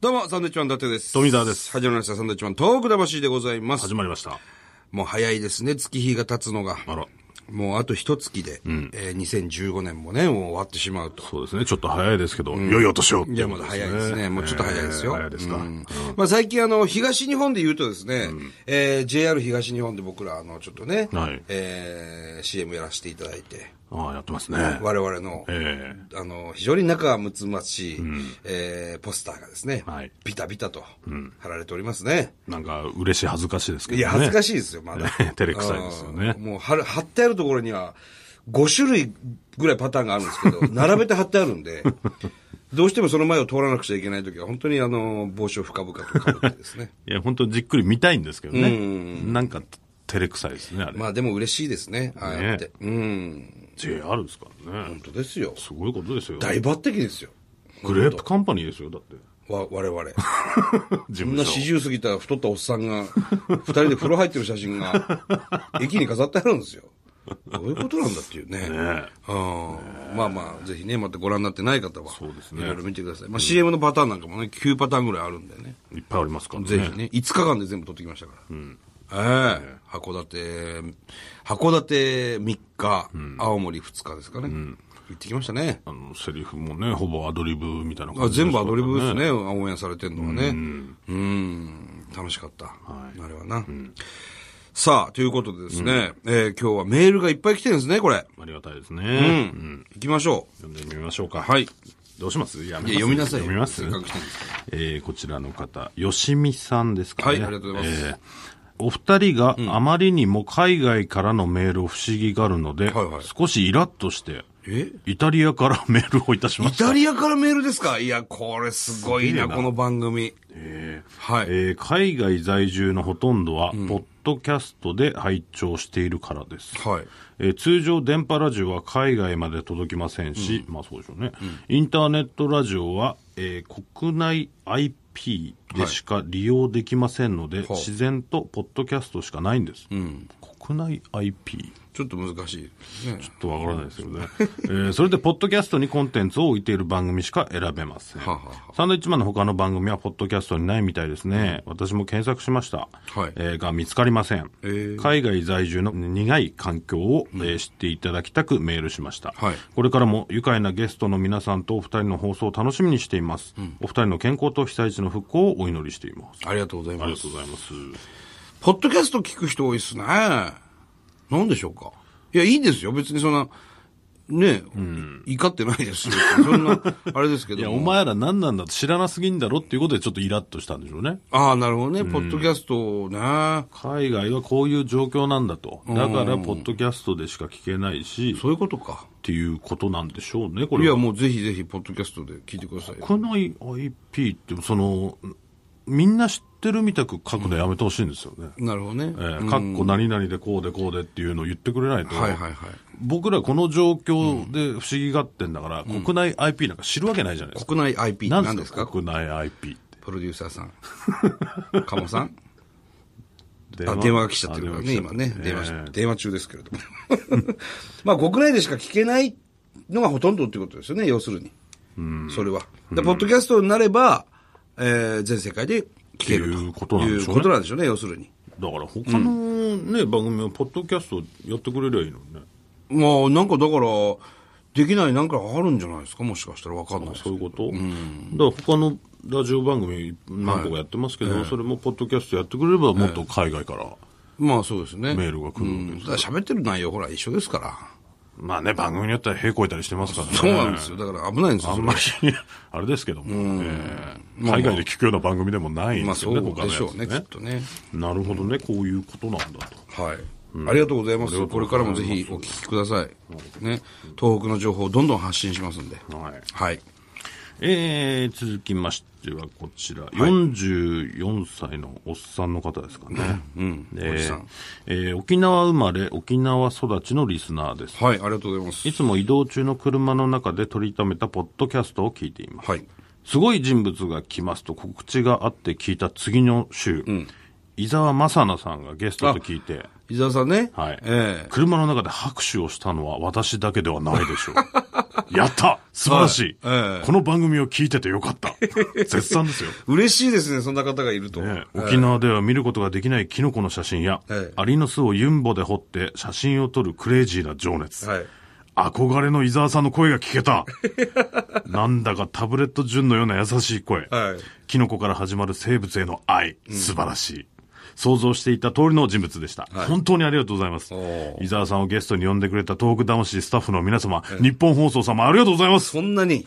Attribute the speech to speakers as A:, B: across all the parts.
A: どうも、サンドイッチマン伊達です。
B: 富澤です
A: 始まりました、サンドイッチマン、トーク魂でございます。
B: 始まりました。
A: もう早いですね、月日が経つのが。
B: あら。
A: もうあと一月で、えー2015年もね、もう終わってしまうと。
B: そうですね。ちょっと早いですけど、良いお年をってうことですね。
A: いや、まだ早いですね。もうちょっと早いですよ。
B: えー早いですか。
A: うんまあ最近あの、東日本で言うとですね、えー JR 東日本で僕らあの、ちょっとね、
B: はい
A: えー CM やらせていただいて、
B: ああ、やってますね。
A: 我々の、
B: え
A: あの、非常に仲睦ましい、えーポスターがですね、
B: はい
A: ビタビタと貼られておりますね。
B: えなんか、嬉しい、恥ずかしいですけど
A: い
B: ね。
A: や、恥ずかし
B: い。。
A: いですよ、まだ
B: 照れくさいですよね
A: うんもう貼る貼ってあるところには、5種類ぐらいパターンがあるんですけど、 並べて貼ってあるんで、どうしてもその前を通らなくちゃいけないときは、本当にあの、帽子を深々とかぶってですね。
B: いや、本当じっくり見たいんですけどね。なんか、照れくさいですね、あれ。
A: まあでも嬉しいですね、ああやって。うん、
B: JR ですからね
A: 本。当ですよ。
B: すごいことですよ。
A: 大抜擢ですよ。
B: グレープカンパニーですよ、だって。
A: わ、我 々。
B: 事
A: こん
B: 務
A: な
B: 所。
A: 40過ぎた太ったおっさんが、二人で風呂入ってる写真 が、駅に飾ってあるんですよ。どういうことなんだっていうね。
B: ね
A: うんまあまあ、ぜひね、またご覧になってない方は、
B: そうですね
A: いろいろ見てください。まあ、CM のパターンなんかもね、9パターンぐらいあるんでね。
B: いっぱいありますからね。
A: ぜひね、5日間で全部撮ってきましたから。ええ函館、函館3日、青森2日ですかね。行ってきましたね。
B: あの、セリフもね、ほぼアドリブみたいな
A: あ
B: 感じ
A: 全部アドリブ
B: す
A: で
B: か
A: すね、
B: ら
A: 応援されてるのはね。うん、楽しかった。あれはな。さあ、ということでですね、えー今日はメールがいっぱい来てるんですね、これ。
B: ありがたいです
A: う
B: ね。
A: ん。行きましょう。
B: 読んでみましょうか。
A: はい。
B: どうしますいや
A: いや、読みなさいよ。
B: 読みます
A: せっかく来てるんですから。
B: えーこちらの方、よしみさんですかね。
A: はいありがとうございます
B: えーお二人があまりにも海外からのメールを不思議があるので、
A: はいはい
B: 少しイラッとして、
A: え
B: イタリアからメールをいたしま
A: イ
B: した。
A: タリアからメールですかいや、これすごいな、
B: すげえな
A: この番組。はい。
B: えー海外在住のほとんどは、ポッドキャストで拝聴しているからです。
A: はい。
B: えー通常、電波ラジオは海外まで届きませんし、まあそうでしょうね、インターネットラジオは、えー国内 IP でしか利用できませんので、
A: あ
B: 自然とポッドキャストしかないんです。国内 IP?
A: ちょっと難しい。ね
B: ちょっとわからないですよね。 えーそれで、ポッドキャストにコンテンツを置いている番組しか選べません。
A: ははは
B: サンドイッチマンの他の番組は、ポッドキャストにないみたいですね。私も検索しました。
A: はい
B: えーが見つかりません。
A: えー
B: 海外在住の苦い環境を、えー知っていただきたくメールしました。
A: はい
B: これからも愉快なゲストの皆さんとお二人の放送を楽しみにしています。お二人の健康と被災地の復興をお祈りしています。
A: ありがとうござい
B: あり
A: ま
B: が
A: す
B: とう。ございます。
A: ポッドキャスト聞く人多いっすね。なんでしょうか。いや、いいですよ。別にそんな、ね、怒ってないですし。そんな、 あれですけども。
B: いや、お前ら何なんだと知らなすぎんだろっていうことでちょっとイラッとしたんでしょうね。
A: ああ、なるほどね。ポッドキャストね。
B: 海外はこういう状況なんだと。だから、ポッドキャストでしか聞けないし、っ
A: そういうことか。
B: ていうことなんでしょうね、こ
A: い
B: れ
A: や、
B: は。
A: もうぜひぜひ、ポッドキャストで聞いてくださいよ。
B: 国内 IP って、その、みんな知ってるみたく書くのやめてほしいんですよね。
A: なるほどね。
B: えー、かっこ何々でこうでこうでっていうのを言ってくれないと、
A: はいはいはい。
B: 僕らこの状況で不思議がってんだから、国内 IP なんか知るわけないじゃないですか。
A: 国内 IP って
B: なん
A: 何ですか
B: 国内 IP って。
A: プロデューサーさん。 鴨さん
B: 電
A: あ電話が来ちゃってるからね、
B: あ電
A: 今
B: 話が来
A: ね
B: ちゃっ。て
A: 電
B: る
A: 話し、電話中ですけれども。 まあ、国内でしか聞けないのがほとんどっていうことですよね、要するに。それは。で、ポッドキャストになれば、えー全世界で聞ける
B: っていうことなんでし
A: いう
B: ょうね
A: ことなんでしょうね、要するに。
B: だから他のね、番組はポッドキャストやってくれりゃいいのにね。
A: まあ、なんかだから、できないなんかあるんじゃないですか、もしかしたらわかんないですけ
B: そう
A: ど
B: いうこと、だから他のラジオ番組何個かやってますけど、それもポッドキャストやってくれればもっと海外から、
A: まあ、そうですね。
B: メールが来
A: う
B: るわけ
A: ん
B: です
A: だから喋ってる内容、ほら、一緒ですから。
B: まあね、番組によっては屁こいたりしてますからね。
A: そうなんですよ。だから危ないんですよ、
B: あ
A: そ
B: ん
A: れ
B: まり、 あれですけども、えー海外で聞くような番組でもない
A: ま
B: んで
A: あ、
B: す
A: そ
B: よ
A: う
B: ね、
A: でしょうね、
B: 他の
A: き
B: や
A: っ
B: つ
A: とね。
B: なるほどね、こういうことなんだと。
A: はい。ありがとうございます。これからもぜひお聞きください。ね。東北の情報をどんどん発信しますんで。
B: はい
A: はい。
B: えー、続きましてはこちら、44歳のおっさんの方ですかね。うん、
A: おじさん
B: えー沖縄生まれ、沖縄育ちのリスナーです。
A: はい、ありがとうございます
B: い。つも移動中の車の中で取りためたポッドキャストを聞いています。
A: はい。
B: すごい人物が来ますと告知があって聞いた次の週、伊沢正奈さんがゲストと聞いて、
A: 伊沢さんね。
B: はい
A: ええ
B: 車の中で拍手をしたのは私だけではないでしょう。 やった素晴らしい、
A: はいええ
B: この番組を聞いててよか った。絶賛ですよ。
A: 嬉しいですね、そんな方がいると。
B: ね沖縄では見ることができないキノコの写真や、
A: ええ
B: アリの巣をユンボで掘って写真を撮るクレイジーな情熱。
A: はい。
B: 憧れの伊沢さんの声が聞 けた。なんだかタブレット純のような優しい声。
A: はい
B: キノコから始まる生物への愛。素晴らしい。想像していた通りの人物でした、本当にありがとうございます
A: おー。
B: 伊沢さんをゲストに呼んでくれたトーク魂スタッフの皆様、日本放送様ありがとうございます。
A: そんなに、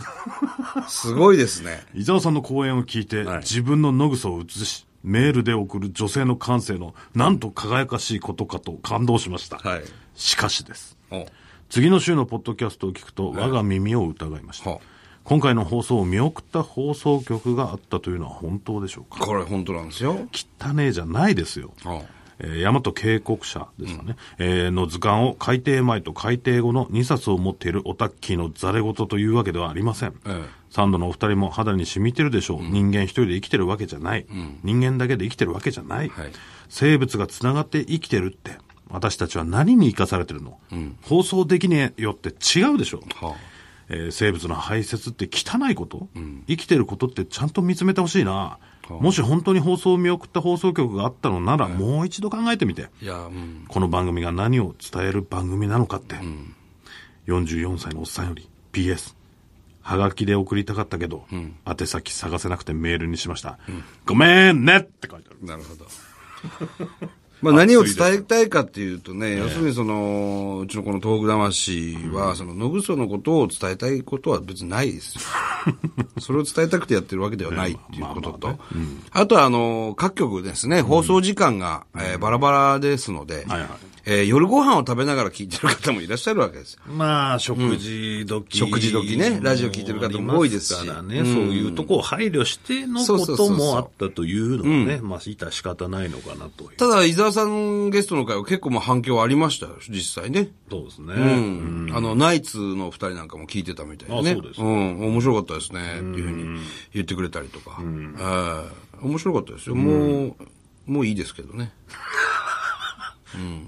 A: すごいですね。
B: 伊沢さんの講演を聞いて、
A: はい
B: 自分の野草を写し、メールで送る女性の感性のなんと輝かしいことかと感動しました。
A: はい
B: しかしです。
A: お
B: 次の週のポッドキャストを聞くと、我が耳を疑いました
A: はあ。
B: 今回の放送を見送った放送局があったというのは本当でしょうか
A: これ本当なんですよ。
B: 汚ねえじゃないですよ。
A: あ
B: えー、大和警告者ですかね、えーの図鑑を改訂前と改訂後の2冊を持っているオタッキーのザレ事というわけではありません、
A: ええ
B: サンドのお二人も肌に染みてるでしょう、人間一人で生きてるわけじゃない、人間だけで生きてるわけじゃない、
A: はい
B: 生物がつながって生きてるって私たちは何に生かされてるの、放送できねえよって違うでしょ
A: はあ
B: えー生物の排泄って汚いこと、生きてることってちゃんと見つめてほしいな、もし本当に放送を見送った放送局があったのなら、もう一度考えてみて
A: いや、うん。
B: この番組が何を伝える番組なのかって、44歳のおっさんより PS はがきで送りたかったけど、宛先探せなくてメールにしました、ごめんねって書いてある
A: なるほど。まあ何を伝えたいかっていうとね、要するにその、うちのこの東北魂は、その、野草のことを伝えたいことは別にないですよ。それを伝えたくてやってるわけではないっていうことと、あとはあの、各局ですね、放送時間が、えーバラバラですので
B: はいはい、
A: えー夜ご飯を食べながら聞いてる方もいらっしゃるわけですよ。
B: まあ食事時、
A: 食事時ねラジオ聞いてる方も多いですし
B: ありますからね、そういうとこを配慮しての
A: そう
B: こ
A: そうそうそ
B: と
A: う
B: もあったというのはね、まあ、いた仕方ないのかなという。
A: ただ、伊沢さんゲストの回は結構まあ反響ありましたよ、実際ね。
B: そうですね。
A: うん。あの、ナイツの二人なんかも聞いてたみたいなね。
B: あそうです
A: ん。面白かったですね。っていうふうに言ってくれたりとか。ええ面白かったですよ。もう、もういいですけどね。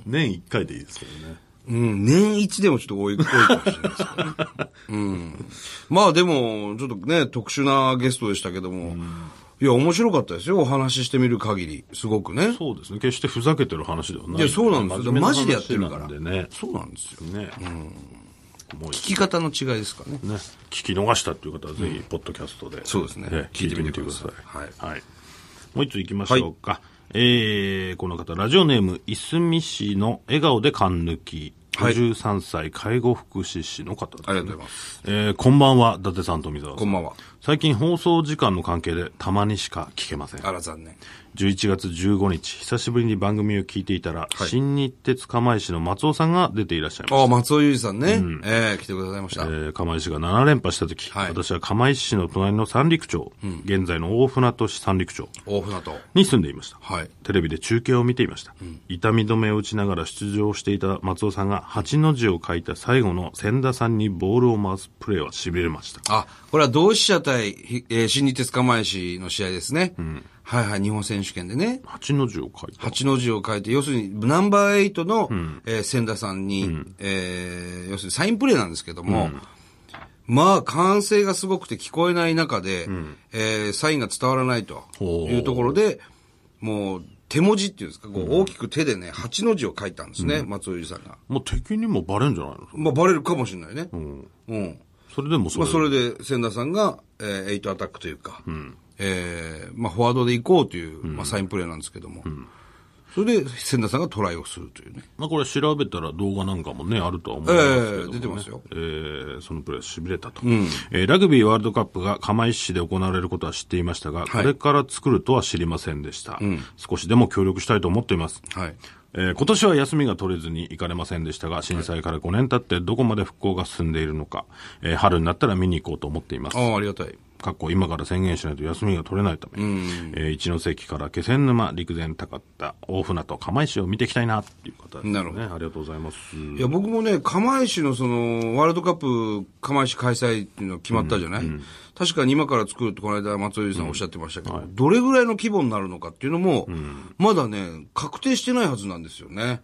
B: 年1回でいいですけどね。
A: うん。年一でもちょっと多い、多いかもしれないですけどね。 うん。まあでも、ちょっとね、特殊なゲストでしたけども。いや、面白かったですよ。お話ししてみる限り。すごくね。
B: そうですね。決してふざけてる話ではない。
A: いやそうなんですよ
B: 真面目な
A: マジでやってるから
B: 話なんでね。
A: そうなんですよ。
B: ね。もう
A: 聞き方の違いですかね。
B: ね、聞き逃したという方はぜひ、ポッドキャストで、
A: そうですね
B: 聞いてみてください。。
A: はい
B: もう一つ行きましょうか。えー、この方、ラジオネーム、いすみ市の笑顔で勘抜き、
A: はい
B: 53歳介護福祉士の方です、
A: ありがとうございます。
B: えー、こんばんは、伊達さんと水沢
A: こ
B: さ
A: ん
B: ん。
A: ばんは。
B: 最近放送時間の関係でたまにしか聞けません。
A: あら、残念。
B: 11月15日、久しぶりに番組を聞いていたら、
A: はい
B: 新日鉄釜石の松尾さんが出ていらっしゃいました。
A: ああ、松尾裕二さんね。ええ来てくださいました。
B: えー釜石が7連覇した時、
A: はい
B: 私は釜石市の隣の三陸町、現在の大船渡市三陸町
A: 大船渡。
B: に住んでいました。
A: はい。
B: テレビで中継を見ていました。痛み止めを打ちながら出場していた松尾さんが8の字を書いた最後の千田さんにボールを回すプレーは痺れました。
A: あ、これは同志社対、ひえー新日鉄釜石の試合ですね。はいはい、日本選手権でね。
B: 8の字を書いた。
A: 八の字を書いて、要するに、ナンバー8の、えー千田さんに、えー要するにサインプレーなんですけども、まあ、歓声がすごくて聞こえない中で、えーサインが伝わらないというところで、もう、手文字っていうんですか、こう大きく手でね、八の字を書いたんですね、松尾裕二さんが。
B: もう敵にもバレんじゃないの
A: まあ、バレるかもしれないね。うん
B: それでもそ
A: ま
B: れ,、
A: あ、それで、千田さんが、えーエイトアタックというか、えーまあ、フォワードで行こうという、まあ、サインプレーなんですけども、それで、千田さんがトライをするというね。
B: まあこれ調べたら動画なんかもね、あるとは思いますけど、ね
A: ええ出てますよ
B: ええそのプレー痺れたと、えーラグビーワールドカップが釜石市で行われることは知っていましたが、これから作るとは知りませんでした、少しでも協力したいと思っています。
A: はい。
B: えー今年は休みが取れずに行かれませんでしたが、震災から5年経ってどこまで復興が進んでいるのか、えー春になったら見に行こうと思っています。
A: ああ、ありがたい。
B: かっこ今から宣言しないと休みが取れないため、えー一関から気仙沼、陸前高田、大船と釜石を見ていきたいなっていう方ですね。
A: なるほど
B: ありがとうございます。
A: いや、僕もね、釜石のその、ワールドカップ、釜石開催っていうのが決まったじゃない、確かに今から作るってこの間松尾さんおっしゃってましたけど、どれぐらいの規模になるのかっていうのも、まだね、確定してないはずなんですよね。え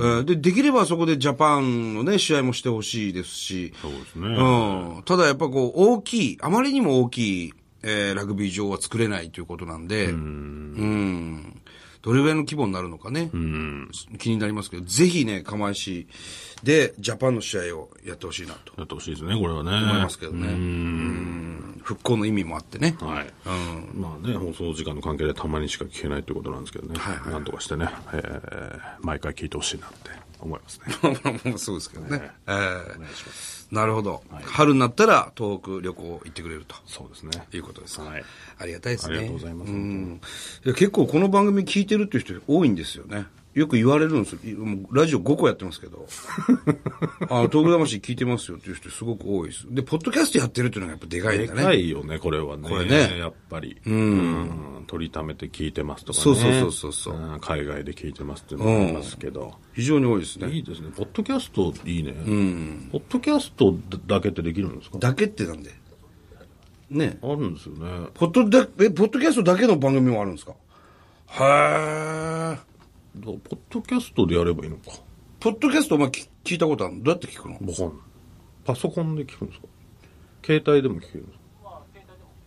A: ーで、できればそこでジャパンのね、試合もしてほしいですし、
B: そうですね。
A: うん。ただやっぱこう、大きい、あまりにも大きい、えーラグビー場は作れないということなんで、うん。どれぐらいの規模になるのかね、気になりますけど、ぜひね、釜石でジャパンの試合をやってほしいなと
B: やってほしいですね、これはね。
A: 思いますけどね。うん復興の意味もあってね。
B: はい。まあね、放送時間の関係でたまにしか聞けないということなんですけどね。
A: はいはい
B: なんとかしてね、えー毎回聞いてほしいなって思 いますね。
A: も うそうですけどね。えーなるほど、春になったら東北旅行行ってくれると。
B: そうですね。
A: いうことです。
B: はい。
A: ありがたいですね。
B: ありがとうございます
A: うんいや結構この番組聞いてるっていう人多いんですよね。よく言われるんですよ。もうラジオ5個やってますけ ど。あの、東北魂聞いてますよっていう人すごく多いです。で、ポッドキャストやってるっていうのがやっぱでかいん
B: で
A: だ
B: か
A: ね。
B: いよね、これはね。こ
A: れね
B: やっぱり。うん。取りためて聞いてますとかね。
A: そうそうそうそうそうん
B: 海外で聞いてますっていうのもありますけど。
A: 非常に多いですね。
B: いいですね。ポッドキャストいいね。ポッドキャストだけってできるんですか
A: だけってなんで。ね
B: あるんですよね。
A: ポッドだ、え、ポッドキャストだけの番組もあるんですかへえ。
B: ポッドキャストでやればいいのか。
A: ポッドキャストお前聞聞いたことあるのどうやって聞くの
B: わかんない。パソコンで聞くんですか携帯でも聞けるんですか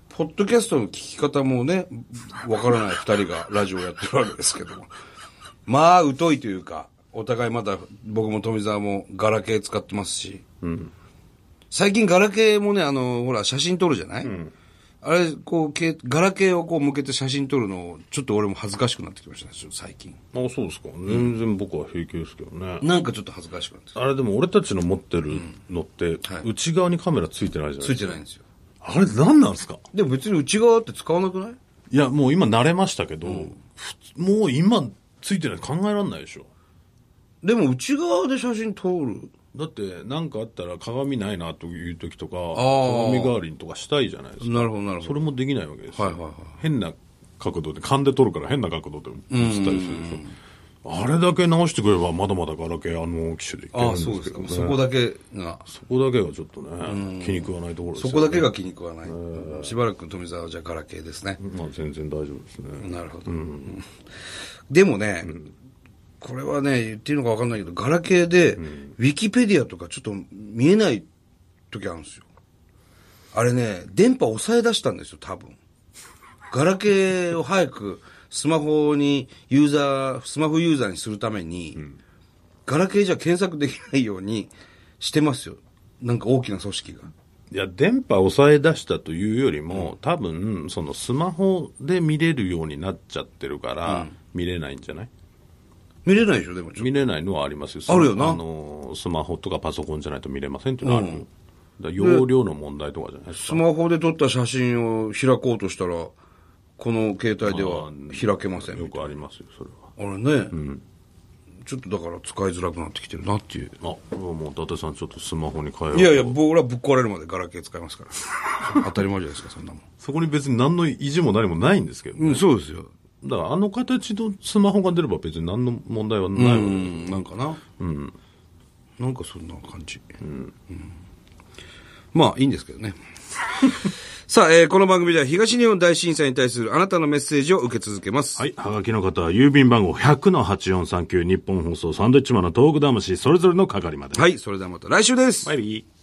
A: ポッドキャストの聞き方もね、わからない二人がラジオやってるわけですけども。まあ、疎いというか、お互いまだ僕も富澤もガラケー使ってますし。最近ガラケーもね、あの、ほら、写真撮るじゃない、あれ、こう、けガラケーをこう向けて写真撮るのを、ちょっと俺も恥ずかしくなってきましたね、ちょっと最近。
B: あ、そうですか。全然僕は平気ですけどね。
A: なんかちょっと恥ずかしくなってきた
B: あれでも俺たちの持ってるのって、
A: はい
B: 内側にカメラついてないじゃない
A: つ
B: で
A: い
B: す
A: て
B: か。
A: ないんですよ。
B: あれ何なんですか
A: でも別に内側って使わなくない
B: いや、もう今慣れましたけど、ふつもう今ついてない考えられないでしょ。
A: でも内側で写真撮る
B: だって何かあったら鏡ないなという時とか、
A: ー
B: 鏡代わりにとかしたいじゃないですか。
A: なるほど、なる
B: そ
A: ほど。
B: れもできないわけですよ。
A: はいはいはい
B: 変な角度で、勘で撮るから変な角度で映ったりするでしょ。あれだけ直してくればまだまだガラケーあの機種でいける
A: あ
B: んで
A: あ、
B: す
A: そうで
B: け
A: す
B: ど
A: か。
B: ね。
A: そこだけが。
B: そこだけがちょっとね、気に食わないところで
A: そ
B: すよね
A: こだけが気に食わない。しばらく富澤はじゃあガラケーですね。
B: まあ全然大丈夫ですね。
A: なるほど。でもね、これはね、言っていいのか分かんないけど、ガラケーで、ウィキペディアとかちょっと見えない時あるんですよ。あれね、電波抑え出したんですよ、多分。ガラケーを早くスマホに、ユーザー、スマホユーザーにするために、ガラケーじゃ検索できないようにしてますよ。なんか大きな組織が。
B: いや、電波を抑え出したというよりも、多分、そのスマホで見れるようになっちゃってるから、見れないんじゃない
A: 見れないでしょ、でもちょっと
B: 見れないのはありますよ。
A: あるよな
B: あの、スマホとかパソコンじゃないと見れませんっていうのはあるよ。だから容量の問題とかじゃないです
A: ス
B: か。
A: マホで撮った写真を開こうとしたら、この携帯では開けません
B: よ
A: みたい
B: くありますよ、それは。
A: な。あれね、ちょっとだから使いづらくなってきてるなっていう。
B: あ、もう伊達さんちょっとスマホに変えよう。
A: いやいや、僕らぶっ壊れるまでガラケー使います から。当たり前じゃないですか、そんなもん。
B: そこに別に何の意地も何もないんですけどね、
A: うん、そうですよ。
B: だからあの形のスマホが出れば別に何の問題はないわ
A: う
B: けですよ
A: ん、なんかな。うん。なんかそんな感じ。うんまあ、いいんですけどね。 さあ、えーこの番組では東日本大震災に対するあなたのメッセージを受け続けます。
B: はい。はがきの方は、郵便番号100-8439、日本放送、サンドイッチマンの東北魂、それぞれの係まで。
A: はい、それではまた来週です。
B: バイビー。